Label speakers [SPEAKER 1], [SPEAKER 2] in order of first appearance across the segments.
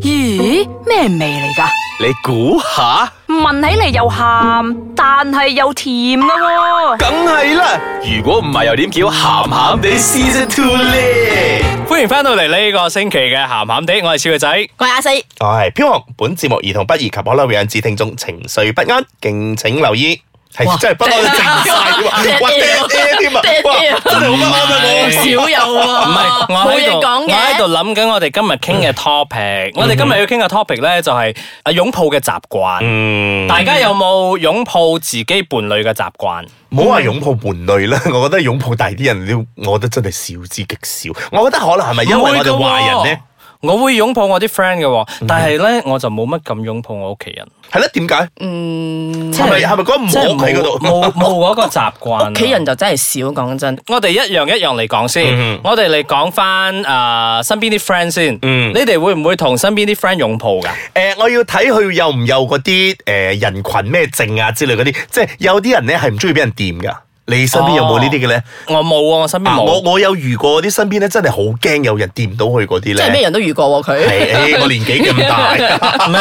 [SPEAKER 1] 咦，咩味嚟噶？
[SPEAKER 2] 你估下，
[SPEAKER 1] 聞起嚟又鹹，但係又甜噶喎、
[SPEAKER 2] 梗係啦。如果唔係，又點叫鹹鹹地 Season Two 咧？
[SPEAKER 3] 欢迎翻到嚟呢個星期嘅咸咸地，我係小嘅仔。
[SPEAKER 4] 我係阿四，
[SPEAKER 5] 我係飄紅，本節目兒童不宜及可能會引致聽眾情緒不安，敬請留意。
[SPEAKER 4] 哇
[SPEAKER 5] 係真係不安靜晒添，哇
[SPEAKER 4] 爹哋
[SPEAKER 5] 爹爹添啊，哇真係好不安啊
[SPEAKER 4] 好少
[SPEAKER 5] 我。
[SPEAKER 4] 有喎，
[SPEAKER 3] 唔係，我
[SPEAKER 4] 冇
[SPEAKER 3] 喺
[SPEAKER 4] 嘢
[SPEAKER 3] 度，
[SPEAKER 4] 講
[SPEAKER 3] 我喺度
[SPEAKER 4] 嘅。嗯
[SPEAKER 3] 諗緊我哋今日傾嘅 topic。我哋今日要傾嘅 topic 咧，就係啊擁抱嘅習慣。
[SPEAKER 5] 嗯，
[SPEAKER 3] 大家有冇擁抱自己伴侶嘅習慣？
[SPEAKER 5] 唔好話擁抱伴侶啦， 我覺得擁抱大啲人了，我覺得真係少之極少。我覺得可能係咪因為我哋華人
[SPEAKER 3] 哦
[SPEAKER 5] 咧？
[SPEAKER 3] 我會擁抱我啲 friend 嘅喎，
[SPEAKER 4] 嗯
[SPEAKER 3] 但係咧我就冇乜咁擁抱我屋企人，
[SPEAKER 5] 係咧，點解？
[SPEAKER 4] 嗯，
[SPEAKER 5] 係咪係咪嗰個膜
[SPEAKER 3] 係嗯
[SPEAKER 5] 喺嗰
[SPEAKER 3] 冇
[SPEAKER 5] 度？
[SPEAKER 3] 冇冇嗰個習慣。啊
[SPEAKER 4] 屋企人就真係少，講真。
[SPEAKER 3] 我哋一樣一樣嚟講先，我哋嚟講翻誒身邊啲 friend 先。
[SPEAKER 5] 嗯
[SPEAKER 3] 你哋會唔會同身邊啲 friend 擁抱㗎？
[SPEAKER 5] 誒、我要睇佢有唔有嗰啲誒人群咩症啊之類嗰啲，即係有啲人咧係唔中意俾人掂㗎。你身邊有冇呢啲嘅咧？
[SPEAKER 3] 我冇啊，我身邊
[SPEAKER 5] 啊！我
[SPEAKER 3] 冇。
[SPEAKER 5] 我有遇過啲身邊咧，真係好驚有人掂到佢嗰啲咧。
[SPEAKER 4] 即係咩人都遇過喎
[SPEAKER 5] 係？哎
[SPEAKER 4] 佢。
[SPEAKER 5] 誒我年紀咁大，
[SPEAKER 3] 咩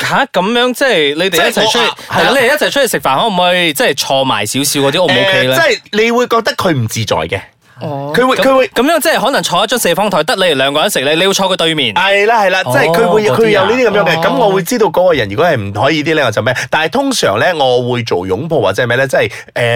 [SPEAKER 3] 吓咁樣即係你哋一齊出去
[SPEAKER 5] 即係我，
[SPEAKER 3] 係啦，你哋一齊出去食飯，可唔可以即係坐埋少少嗰啲 O 唔 OK
[SPEAKER 5] 誒
[SPEAKER 3] 咧
[SPEAKER 5] 即？係你會覺得佢唔自在嘅，
[SPEAKER 4] 哦，
[SPEAKER 5] 佢會
[SPEAKER 3] 咁
[SPEAKER 5] 佢會。
[SPEAKER 3] 咁樣即係可能坐一張四方台，得你哋兩個人食，你你要坐佢對面。
[SPEAKER 5] 係啦係啦，即係佢會
[SPEAKER 3] 哦嗰啲啊
[SPEAKER 5] 佢有呢啲咁樣嘅，咁
[SPEAKER 4] 哦
[SPEAKER 5] 我會知道嗰個人如果係唔可以啲咧，我就咩？但係通常咧，我會做擁抱或者係咩咧，即係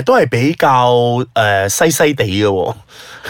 [SPEAKER 5] 誒都係比較誒西西地嘅喎。
[SPEAKER 4] 嗯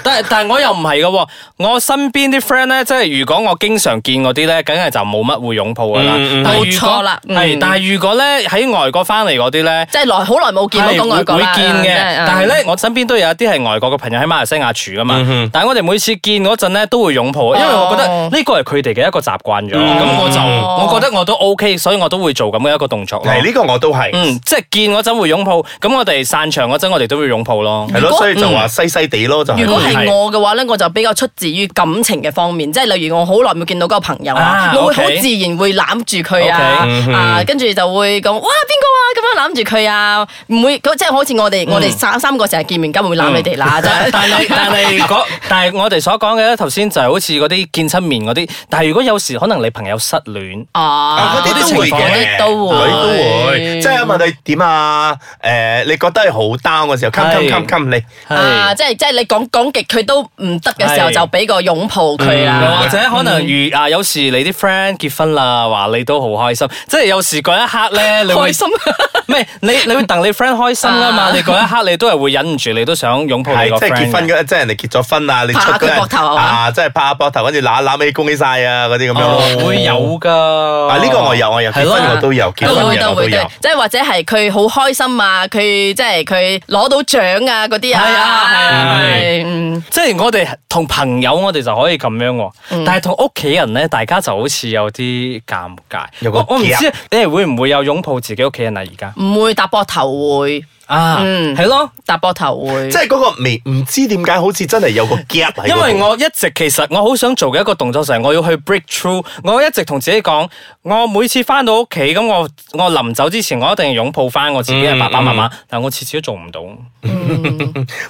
[SPEAKER 3] 但係但係我又唔係㗎喎，我身邊啲 friend 咧，即係如果我經常見嗰啲咧，梗係就冇乜會擁抱㗎啦。但係如果
[SPEAKER 4] 冇錯啦嗯
[SPEAKER 3] 係但係如果咧喺外國翻嚟嗰啲咧。
[SPEAKER 4] 即係耐好耐冇見，
[SPEAKER 3] 係
[SPEAKER 4] 冇講外國
[SPEAKER 3] 會
[SPEAKER 4] 啦。
[SPEAKER 3] 會見嘅
[SPEAKER 4] 真係，嗯
[SPEAKER 3] 但係，咧，我身邊都有一啲係外國嘅朋友喺馬來西亞住噶
[SPEAKER 5] 嗯
[SPEAKER 3] 嘛。但係我哋每次見嗰陣咧，都會擁抱，因為
[SPEAKER 4] 哦
[SPEAKER 3] 我覺得呢個係佢哋嘅一個習慣咗。咁
[SPEAKER 5] 嗯
[SPEAKER 3] 我就我覺得我都 OK，所以我都會做咁嘅一個動作咯。
[SPEAKER 5] 係呢個我都係，
[SPEAKER 3] 嗯，即係見嗰陣會擁抱，咁我哋散場嗰陣我哋都會擁抱 咯。
[SPEAKER 5] 係
[SPEAKER 4] 如
[SPEAKER 5] 咯，
[SPEAKER 4] 果
[SPEAKER 5] 所以就話西西地咯，就
[SPEAKER 4] 如果
[SPEAKER 3] 嗯
[SPEAKER 5] 係。
[SPEAKER 4] 係我嘅話咧，我就比較出自於感情嘅方面，即係例如我好耐冇見到嗰個朋友啊
[SPEAKER 3] 啊，
[SPEAKER 4] 我會好
[SPEAKER 3] OK
[SPEAKER 4] 自然會攬住佢啊
[SPEAKER 3] OK，，嗯
[SPEAKER 4] 啊，跟住就會講哇邊個啊咁樣攬住佢啊，唔會即係好似我哋我哋三三個成日見面，梗會攬你哋啦，真係。
[SPEAKER 3] 嗯但係但係嗰但係我哋所講嘅咧，頭先就係好似嗰啲見親面嗰啲，但係如果有時可能你朋友失戀。
[SPEAKER 4] 啊
[SPEAKER 5] 啊！嗰啲都會
[SPEAKER 3] 嗰
[SPEAKER 5] 嘅，
[SPEAKER 4] 啲都會
[SPEAKER 5] 佢都會，即係問你點啊？誒，你覺得係好 down 嘅時候，come
[SPEAKER 3] 係
[SPEAKER 5] come come come 你，
[SPEAKER 3] 嗯
[SPEAKER 4] 啊，即係即係你講講極佢都唔得嘅時候，
[SPEAKER 3] 係
[SPEAKER 4] 就俾個擁抱佢嗯
[SPEAKER 3] 又
[SPEAKER 5] 嗯
[SPEAKER 4] 啦
[SPEAKER 3] 嗯或。者可能如啊，有時你啲 friend 結婚啦，話你都好開心，即係有時嗰一刻 咧，你會
[SPEAKER 4] 開 心
[SPEAKER 3] 唔係你你會戥你 friend 開心啊嘛？你嗰一刻你都係會忍唔住，你都想擁抱你個
[SPEAKER 5] 係即係
[SPEAKER 3] friend
[SPEAKER 5] 結
[SPEAKER 3] 嘅。
[SPEAKER 5] 婚嗰，即係人哋結咗婚啊，你出
[SPEAKER 4] 拍下
[SPEAKER 5] 嗰
[SPEAKER 4] 佢膊頭
[SPEAKER 5] 陣
[SPEAKER 4] 啊
[SPEAKER 5] 啊，即係拍下膊頭，跟住揦一揦起恭喜晒啊嗰啲咁樣
[SPEAKER 3] 哦
[SPEAKER 5] 咯，
[SPEAKER 3] 會有噶。
[SPEAKER 5] 啊呢個我有，我有
[SPEAKER 3] 係
[SPEAKER 5] 結
[SPEAKER 3] 咯
[SPEAKER 5] 婚我都有，結
[SPEAKER 4] 都
[SPEAKER 5] 婚
[SPEAKER 4] 會
[SPEAKER 5] 嘅
[SPEAKER 4] 都
[SPEAKER 5] 我都
[SPEAKER 4] 會，
[SPEAKER 5] 有
[SPEAKER 4] 對。即係或者係佢好開心啊！佢即係佢攞到獎啊嗰啲啊，
[SPEAKER 3] 係啊係啊係
[SPEAKER 4] 係嗯
[SPEAKER 3] 即係我哋同朋友我哋就可以咁樣喎，但係同屋企人咧，大家就好似有啲尷尬。
[SPEAKER 5] 有個
[SPEAKER 3] 我我唔
[SPEAKER 5] 夾
[SPEAKER 3] 知你哋會唔會有擁抱自己屋企人啊？而家
[SPEAKER 4] 唔會搭膊頭會，
[SPEAKER 3] 啊，
[SPEAKER 4] 嗯
[SPEAKER 3] 係咯。
[SPEAKER 4] 搭膊頭會，
[SPEAKER 5] 即係嗰個未唔知點解，好似真係有個 gap 喺嗰度。
[SPEAKER 3] 因為我一直其實我好想做嘅一個動作就係我要去 break through，我一直同自己講，我每次翻到屋企咁，我我臨走之前我一定要擁抱翻我自己嘅爸
[SPEAKER 5] 嗯
[SPEAKER 3] 爸媽媽，但我次次都做唔到。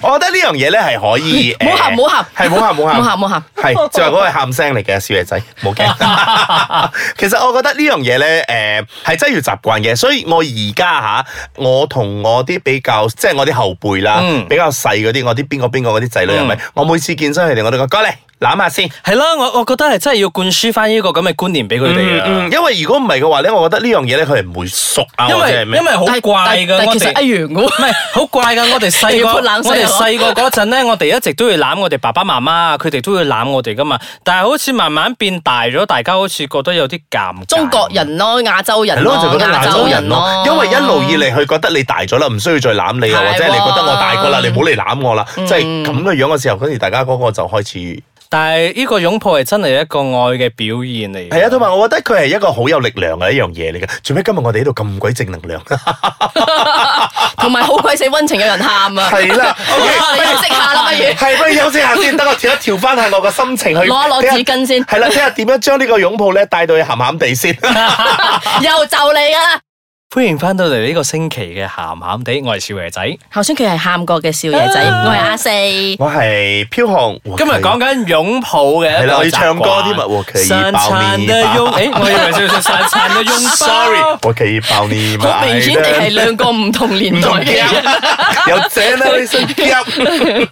[SPEAKER 5] 我覺得呢樣嘢咧係可以，
[SPEAKER 4] 冇喊
[SPEAKER 5] 誒
[SPEAKER 4] 冇喊
[SPEAKER 5] 係冇喊冇喊
[SPEAKER 4] 冇喊冇喊
[SPEAKER 5] 係就係嗰個喊聲嚟嘅小爺仔，冇驚。 其實我覺得呢樣嘢咧，誒、係真係要習慣嘅，所以我而家吓，我同我啲比較，即係我啲後輩啦，
[SPEAKER 3] 嗯
[SPEAKER 5] 比較細嗰啲，我啲邊個邊個嗰啲仔女係咪？
[SPEAKER 3] 嗯
[SPEAKER 5] 我每次見親佢哋，我都講過嚟攬下先。
[SPEAKER 3] 係啦，我我覺得係真係要灌輸翻呢個咁嘅觀念俾佢哋啊
[SPEAKER 5] 嗯，，因為如果唔係嘅話咧，我覺得呢樣嘢咧，佢係唔會熟啊，
[SPEAKER 3] 因
[SPEAKER 5] 或者係
[SPEAKER 3] 為
[SPEAKER 5] 咩
[SPEAKER 3] 因為好
[SPEAKER 4] 但
[SPEAKER 3] 怪
[SPEAKER 4] 但
[SPEAKER 3] 噶，我
[SPEAKER 4] 但其實哎
[SPEAKER 3] 哋。
[SPEAKER 4] 一樣嘅
[SPEAKER 3] 唔
[SPEAKER 4] 喎。
[SPEAKER 3] 係好怪噶，我哋細
[SPEAKER 4] 又
[SPEAKER 3] 個
[SPEAKER 4] 要潑冷水
[SPEAKER 3] 我哋
[SPEAKER 4] 啊
[SPEAKER 3] 細個嗰陣咧，我哋一直都要攬我哋爸爸媽媽啊，佢哋都會攬我哋噶嘛。但係好似慢慢變大咗，大家好似覺得有啲尷尬。
[SPEAKER 4] 中國人咯，亞洲
[SPEAKER 5] 係
[SPEAKER 4] 人
[SPEAKER 5] 咯，
[SPEAKER 4] 咯，
[SPEAKER 5] 就覺得亞洲人咯，因為一路以嚟佢覺得你大咗啦，唔需要再攬你啊，
[SPEAKER 4] 係嗯
[SPEAKER 5] 或者你覺得我大個啦，
[SPEAKER 4] 喎
[SPEAKER 5] 你唔好嚟攬我啦，即係咁嘅樣嘅時候，跟住大家嗰個就開始
[SPEAKER 3] 但係呢個擁抱係真係一個愛嘅表現嚟。
[SPEAKER 4] 嗯
[SPEAKER 5] 係啊，同埋我覺得佢係一個好有力量嘅一樣嘢嚟嘅。做咩今日我哋喺度咁鬼正能量？
[SPEAKER 4] 同埋好鬼死溫情，有人喊啊！
[SPEAKER 5] 係 啦
[SPEAKER 4] 好啦你休息下啦，不如。
[SPEAKER 5] 係，不如休息下先，等我調一調翻下我個心情
[SPEAKER 4] 攞
[SPEAKER 5] 去
[SPEAKER 4] 一攞
[SPEAKER 5] 睇下
[SPEAKER 4] 紙巾 先
[SPEAKER 5] 係啦，睇下點樣將呢個擁抱咧帶到去鹹鹹地先。
[SPEAKER 4] 又就你噶啦。
[SPEAKER 3] 歡迎翻到嚟呢個星期嘅鹹鹹地，我係少爺仔。
[SPEAKER 4] 頭先佢係喊過嘅少爺仔，我係阿四。
[SPEAKER 5] 我係飄紅。
[SPEAKER 3] 今日講緊擁抱嘅一
[SPEAKER 5] 係
[SPEAKER 3] 個
[SPEAKER 5] 啦我
[SPEAKER 3] 習
[SPEAKER 5] 要
[SPEAKER 3] 慣
[SPEAKER 5] 唱歌添啊我可以
[SPEAKER 3] 散殘 的
[SPEAKER 5] 爆
[SPEAKER 3] 擁，
[SPEAKER 5] 你
[SPEAKER 3] 誒，我以為就係散殘的擁
[SPEAKER 5] sorry，
[SPEAKER 3] 抱。
[SPEAKER 5] 我可以抱你嗎？
[SPEAKER 4] 好明顯地係兩個唔同年代嘅人。
[SPEAKER 5] 有這呢啲聲音，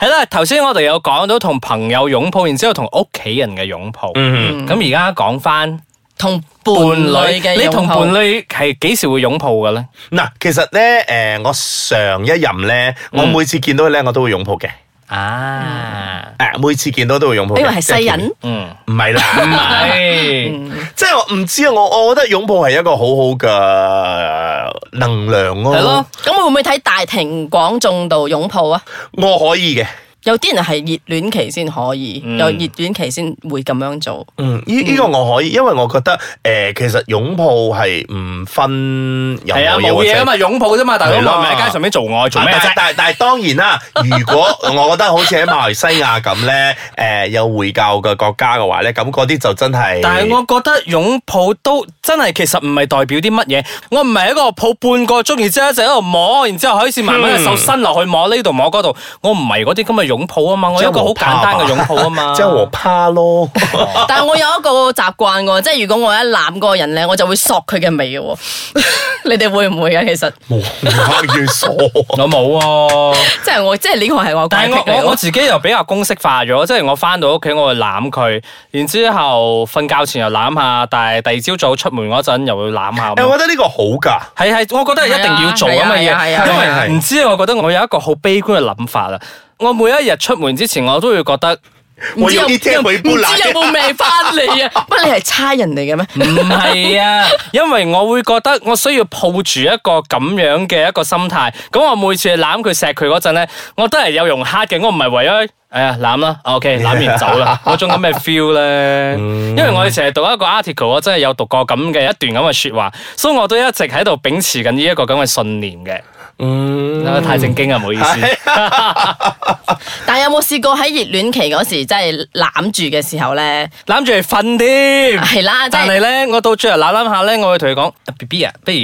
[SPEAKER 3] 係啦，頭先我哋有講到同朋友擁抱，然之後同屋企人嘅擁抱。咁而家講翻
[SPEAKER 4] 同伴
[SPEAKER 3] 伴
[SPEAKER 4] 侶嘅
[SPEAKER 3] 侶，你同
[SPEAKER 4] 擁抱
[SPEAKER 3] 伴侶係幾時會擁抱嘅咧？
[SPEAKER 5] 嗱，其實咧，诶，我上一任咧，我
[SPEAKER 3] 嗯
[SPEAKER 5] 每次見到佢咧，我都會擁抱嘅。
[SPEAKER 3] 啊，
[SPEAKER 5] 诶，每次見到都會擁抱
[SPEAKER 3] 哦
[SPEAKER 5] 嘅。
[SPEAKER 4] 因為係西人，
[SPEAKER 3] 嗯，
[SPEAKER 5] 唔係
[SPEAKER 3] 唔
[SPEAKER 5] 啦，
[SPEAKER 3] 係，
[SPEAKER 5] 即係我唔知啊，我我覺得擁抱係一個好好嘅能量咯。
[SPEAKER 3] 係咯，。
[SPEAKER 4] 咁會唔會睇大庭廣眾度擁抱啊？
[SPEAKER 5] 我可以嘅。
[SPEAKER 4] 有啲人係熱戀期先可以，
[SPEAKER 3] 嗯
[SPEAKER 4] 有熱戀期先會咁樣做。
[SPEAKER 5] 嗯，呢呢個我可以，因為我覺得诶，其實擁抱係唔分有
[SPEAKER 3] 係啊，
[SPEAKER 5] 冇
[SPEAKER 3] 冇嘢啊嘛，擁抱啫嘛，大佬
[SPEAKER 5] 係咯
[SPEAKER 3] 唔係喺街上面做愛做咩啊
[SPEAKER 5] 但
[SPEAKER 3] 啫？
[SPEAKER 5] 但但係當然啦，如果我覺得好似喺馬來西亞咁咧，誒、有回教嘅國家嘅話咧，咁嗰啲就真係。
[SPEAKER 3] 但係我覺得擁抱都真係其實唔係代表啲乜嘢，我唔係一個抱半個鐘，然之後一直喺度摸，然之後開始慢慢隻手伸落去摸呢度摸嗰度，我唔係嗰啲咁嘅擁抱啊嘛，我有一個好簡單嘅擁抱啊嘛。
[SPEAKER 5] 即係我怕咯，
[SPEAKER 4] 但係我有一個習慣喎，即係如果我一攬嗰個人咧，我就會索佢嘅尾嘅喎。 你哋會唔會啊？其實
[SPEAKER 5] 冇越傻。
[SPEAKER 3] 我冇喎、
[SPEAKER 4] 即係我，即係呢個係我怪
[SPEAKER 3] 但
[SPEAKER 4] 癖
[SPEAKER 3] 係我
[SPEAKER 4] 嚟
[SPEAKER 3] 我我
[SPEAKER 4] 喎。
[SPEAKER 3] 自己又比較公式化咗，即係我翻到屋企我會攬佢，然之後瞓覺前又攬下，但係第二朝早出門嗰陣又會攬下咁樣。
[SPEAKER 5] 誒我覺得呢個好㗎，
[SPEAKER 3] 係係，我覺得係一定要做咁嘅
[SPEAKER 4] 係啊係啊
[SPEAKER 3] 嘢，
[SPEAKER 4] 係
[SPEAKER 5] 啊係啊
[SPEAKER 3] 因為唔知我覺得我有一個好悲觀嘅諗法啦。我每一日出門之前，我都會覺得
[SPEAKER 5] 我有啲聽佢
[SPEAKER 4] 唔知有冇命翻嚟 啊？乜你係差人嚟嘅咩？
[SPEAKER 3] 唔係 啊，因為我會覺得我需要抱住一個咁樣嘅一個心態。咁我每次攬佢錫佢嗰陣咧，我都係有用黑嘅，我唔係為咗。哎呀，攬啦，OK，攬完走 啦，嗰種咁嘅 feel 咧，
[SPEAKER 4] 嗯
[SPEAKER 3] 因為我哋成日讀一個 article，我真係有讀過咁嘅一段咁嘅説話，所以我都一直喺度秉持緊呢一個咁嘅信念嘅。
[SPEAKER 5] 嗯，
[SPEAKER 3] 太正經啊，唔好意思。
[SPEAKER 4] 但係有冇試過喺熱戀期嗰時，即係攬住嘅時候咧？
[SPEAKER 3] 攬住嚟瞓添。
[SPEAKER 4] 啊係啦，即
[SPEAKER 3] 嗯但
[SPEAKER 4] 係
[SPEAKER 3] 係咧，我到最後攬攬下咧，我會同佢講：B B 啊， 不如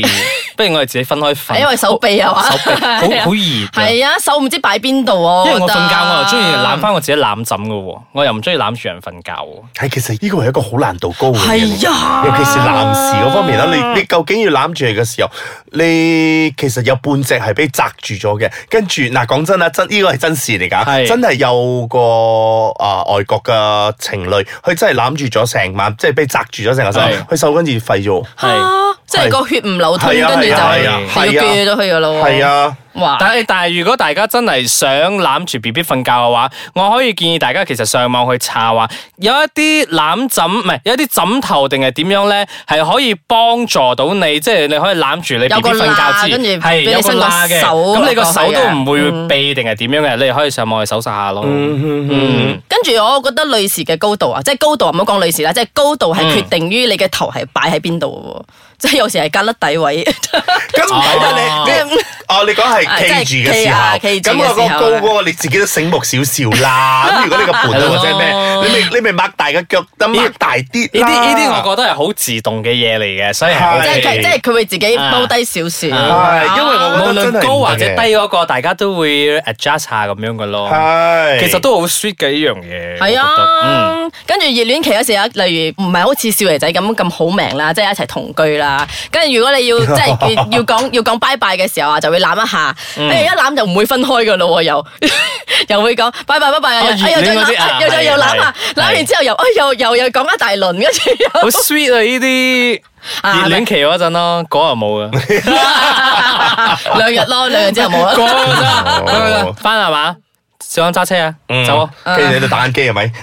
[SPEAKER 3] 不如我哋自己分開瞓。
[SPEAKER 4] 因為手臂啊嘛，
[SPEAKER 3] 手臂好好熱啊。
[SPEAKER 4] 係啊，手唔知擺邊度啊。
[SPEAKER 3] 因為我
[SPEAKER 4] 覺
[SPEAKER 3] 瞓
[SPEAKER 4] 得
[SPEAKER 3] 覺我又中意攬翻我自己攬枕嘅喎，我又唔中意攬住人瞓覺喎。
[SPEAKER 5] 係其實呢個係一個好難度高嘅嘢嚟㗎
[SPEAKER 4] 係啊
[SPEAKER 5] 尤其是男士嗰方面啦，你你究竟要攬住佢嘅時候，你其實有半隻係俾擲住咗嘅，跟住嗱講真啦，真呢個係真事嚟㗎，
[SPEAKER 3] 係
[SPEAKER 5] 真係有個啊、外國嘅情侶，佢真係攬住咗成晚，即係俾擲住咗成個手，
[SPEAKER 3] 係
[SPEAKER 5] 佢手跟住廢咗。
[SPEAKER 3] 係，
[SPEAKER 4] 啊即係個血唔流通，
[SPEAKER 5] 係啊
[SPEAKER 4] 跟住就
[SPEAKER 5] 係
[SPEAKER 3] 啊係啊
[SPEAKER 4] 要
[SPEAKER 5] 係啊
[SPEAKER 4] 鋸咗佢噶咯喎。
[SPEAKER 5] 係，啊，
[SPEAKER 4] 哇！
[SPEAKER 3] 但係但係如果大家真係想攬住 B B 瞓覺嘅話，我可以建議大家其實上網去查話，有一啲攬枕唔係有一啲枕頭定係點樣咧，係可以幫助到你，即係你可以攬住你 B
[SPEAKER 4] 有
[SPEAKER 3] B
[SPEAKER 4] 個
[SPEAKER 3] 瞓覺
[SPEAKER 4] 罅
[SPEAKER 3] 之
[SPEAKER 4] 跟住
[SPEAKER 3] 係
[SPEAKER 4] 俾你
[SPEAKER 3] 有個
[SPEAKER 4] 伸個
[SPEAKER 3] 罅嘅，
[SPEAKER 4] 手
[SPEAKER 3] 咁你個
[SPEAKER 4] 落去
[SPEAKER 3] 手都
[SPEAKER 4] 嘅
[SPEAKER 3] 唔會痹定係點樣嘅，你可以上網去搜查下咯。嗯，
[SPEAKER 4] 跟住我覺得女士嘅高度啊，即係高度啊唔好講女士啦，即係高度係
[SPEAKER 3] 嗯
[SPEAKER 4] 決定於你嘅頭係擺喺邊度嘅喎，即係有時係隔甩底位。
[SPEAKER 5] 咁唔係
[SPEAKER 3] 哦
[SPEAKER 5] 得你你哦，你講係企住嘅
[SPEAKER 4] 啊即係企
[SPEAKER 5] 時
[SPEAKER 4] 啊
[SPEAKER 5] 候，
[SPEAKER 4] 企住
[SPEAKER 5] 咁
[SPEAKER 4] 嘅
[SPEAKER 5] 我個
[SPEAKER 4] 時候
[SPEAKER 5] 高嗰個你自己都醒目少少 啦。咁如果你個盤
[SPEAKER 3] 係咯
[SPEAKER 5] 或者咩，你咪你咪擘大個腳，咁擘大啲
[SPEAKER 3] 哦呢
[SPEAKER 5] 啦
[SPEAKER 3] 啲呢啲我覺得係好自動嘅嘢嚟嘅，所以係
[SPEAKER 5] 係
[SPEAKER 4] 即係佢即係佢會自己踎低少
[SPEAKER 3] 啊
[SPEAKER 4] 少。
[SPEAKER 5] 係，因為我
[SPEAKER 3] 無
[SPEAKER 5] 覺得真
[SPEAKER 3] 論
[SPEAKER 5] 係
[SPEAKER 3] 高
[SPEAKER 5] 唔
[SPEAKER 3] 或
[SPEAKER 5] 得
[SPEAKER 3] 者
[SPEAKER 5] 嘅
[SPEAKER 3] 低嗰個，大家都會 adjust 下咁樣嘅咯。
[SPEAKER 5] 係，
[SPEAKER 3] 其實都好 sweet 嘅呢樣嘢。
[SPEAKER 4] 係
[SPEAKER 3] 我覺得嗯，
[SPEAKER 4] 啊，跟住熱戀期嗰時啊，例如唔係好似少爺仔咁咁好命啦，即係一齊同居啦。跟住如果你 要即係要要講要講拜拜嘅時候啊，就會攬一下，
[SPEAKER 3] 嗯
[SPEAKER 4] 哎呀一攬就唔會分開噶咯喎，又 又會講拜拜拜拜，又
[SPEAKER 3] 哦熱
[SPEAKER 4] 哎又再
[SPEAKER 3] 戀嗰啲啊
[SPEAKER 4] 攬，又
[SPEAKER 3] 係
[SPEAKER 4] 再又攬啊，
[SPEAKER 3] 係
[SPEAKER 4] 攬完之後又哎又又又講一大輪，跟住又
[SPEAKER 3] 好 sweet 啊！呢啲
[SPEAKER 4] 啊
[SPEAKER 3] 熱戀期嗰陣咯，嗰日冇啊嘅，
[SPEAKER 4] 兩日咯，兩日之後冇啦。
[SPEAKER 3] 嗰日啫，
[SPEAKER 5] 哦
[SPEAKER 3] 嗰日 翻係嘛？上網揸車啊，
[SPEAKER 5] 嗯
[SPEAKER 3] 走啊！
[SPEAKER 5] 跟住你喺度打緊機係咪？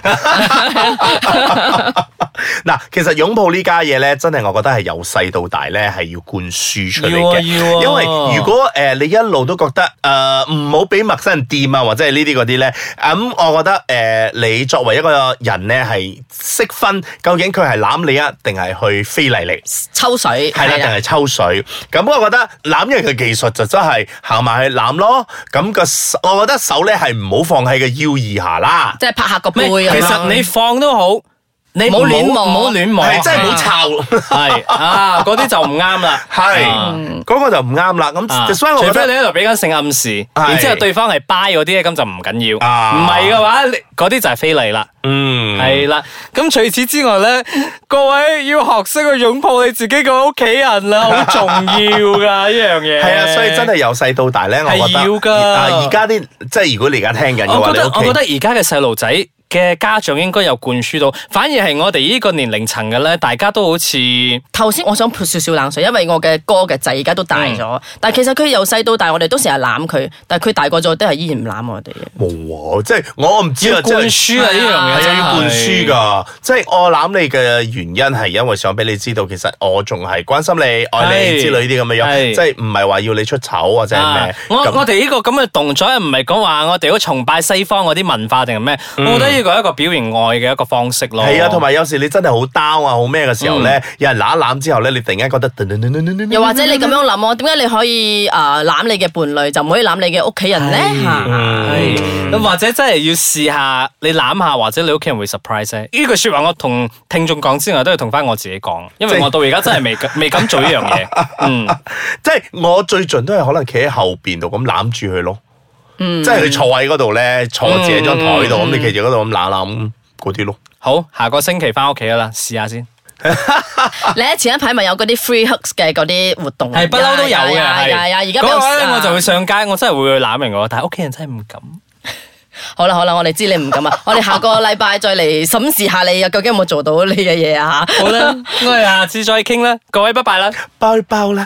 [SPEAKER 5] 嗱，其實擁抱呢家嘢咧，真係我覺得係由細到大咧係要灌輸出嚟
[SPEAKER 3] 要啊
[SPEAKER 5] 嘅，
[SPEAKER 3] 要啊
[SPEAKER 5] 因為如果誒、呃你一路都覺得誒唔好俾陌生人掂啊，或者係呢啲嗰啲咧，咁、我覺得誒、呃你作為一個人咧係識分究竟佢係攬你啊，定係去非禮你。
[SPEAKER 4] 抽水啊
[SPEAKER 5] 係啦，定係抽水。咁我覺得攬人嘅技術就真係行埋去攬咯。咁、個手我覺得手咧係唔好放喺個腰以下啦。
[SPEAKER 4] 即係拍下個
[SPEAKER 3] 咩
[SPEAKER 4] 背咁
[SPEAKER 3] 其
[SPEAKER 4] 樣
[SPEAKER 3] 實你放都好，你
[SPEAKER 4] 唔好亂摸
[SPEAKER 3] 唔好亂啊摸，
[SPEAKER 5] 係真係唔好
[SPEAKER 3] 係
[SPEAKER 5] 抄。
[SPEAKER 3] 係啊，嗰啲就唔啱啦。
[SPEAKER 5] 係
[SPEAKER 3] 啊
[SPEAKER 5] 嗰個就唔啱啦。
[SPEAKER 3] 啊
[SPEAKER 5] 咁，
[SPEAKER 3] 除
[SPEAKER 5] 所以我覺
[SPEAKER 3] 非你
[SPEAKER 5] 得
[SPEAKER 3] 喺度俾緊性暗示，
[SPEAKER 5] 係
[SPEAKER 3] 然之後對方係 buy 嗰啲咧，咁就唔緊要。
[SPEAKER 5] 啊
[SPEAKER 3] 唔係嘅話，你嗰啲就係非禮啦。
[SPEAKER 5] 嗯
[SPEAKER 3] 係啦，咁除此之外咧，各位要學識去擁抱你自己個屋企人啦，好重 要噶呢樣嘢。
[SPEAKER 5] 係啊，所以真係由細到大咧，我覺
[SPEAKER 3] 係要㗎
[SPEAKER 5] 得啊，而家啲即係如果你而家聽緊嘅
[SPEAKER 3] 我覺
[SPEAKER 5] 話，你
[SPEAKER 3] 得
[SPEAKER 5] 屋企
[SPEAKER 3] 我覺得而家嘅細路仔嘅家長應該有灌輸到，反而係我哋呢個年齡層嘅咧，大家都好似
[SPEAKER 4] 頭先我想潑少少冷水，因為我嘅哥嘅仔而家都大
[SPEAKER 3] 嗯
[SPEAKER 4] 咗，但係其實佢由細到大，我哋都成日攬佢，但係佢大個咗都係依然唔攬我哋嘅。
[SPEAKER 5] 冇喎，即係我唔知啊，
[SPEAKER 3] 要
[SPEAKER 5] 即
[SPEAKER 3] 灌
[SPEAKER 5] 係。
[SPEAKER 3] 輸啊呢樣嘢，
[SPEAKER 5] 係啊，要灌輸
[SPEAKER 3] 㗎。
[SPEAKER 5] 㗎，即係我諗你嘅原因係因為想俾你知道，其實我仲係關心你、愛你
[SPEAKER 3] 係
[SPEAKER 5] 之類啲咁嘅樣，
[SPEAKER 3] 係
[SPEAKER 5] 即係唔係話要你出醜或者係
[SPEAKER 3] 啊
[SPEAKER 5] 咩？
[SPEAKER 3] 我
[SPEAKER 5] 咁
[SPEAKER 3] 我哋呢個咁嘅動作唔係講話我哋好崇拜西方嗰啲文化定係咩？我覺得呢個係一個表現愛嘅一個方式咯。
[SPEAKER 5] 係啊，同埋有時你真係好 down 啊，好咩嘅時候
[SPEAKER 3] 嗯
[SPEAKER 5] 咧，有人攬一攬之後咧，你突然間覺得，
[SPEAKER 4] 又或者你咁樣諗我，點解你可以誒攬、你嘅伴侶，就唔可以攬你嘅屋企人咧？嚇
[SPEAKER 3] 係，
[SPEAKER 5] 嗯
[SPEAKER 3] 咁或者真係要試下你攬下，或者你屋企人會 surprise 咧。呢句説話我同聽眾講之外，都要同翻我自己講，因為
[SPEAKER 5] 即係
[SPEAKER 3] 我到而家真係未 敢未敢做呢樣嘢。嗯，
[SPEAKER 5] 即係我最盡都係可能企喺後邊度咁攬住佢咯，即係佢坐喺嗰度咧，坐自己張台度，咁你企住嗰度咁攬攬嗰啲咯。
[SPEAKER 3] 好，下個星期翻屋企啦，試下先。
[SPEAKER 4] 你喺前一排咪有嗰啲 free hugs 嘅嗰啲活動，
[SPEAKER 3] 係不嬲都有嘅，
[SPEAKER 4] 呀呀呀
[SPEAKER 3] 係
[SPEAKER 4] 而家
[SPEAKER 3] 嗰個
[SPEAKER 4] 比
[SPEAKER 3] 咧
[SPEAKER 4] 較
[SPEAKER 3] 我就會上街，我真係會去攬人嘅，但係屋企人真係唔敢。
[SPEAKER 4] 好啦好啦，我哋知你唔敢啊，我哋下個禮拜再嚟審視下你啊， 究竟有冇做到你嘅嘢啊嚇。
[SPEAKER 3] 好啦，我哋下次再傾啦，各位拜拜啦。
[SPEAKER 5] 包包啦。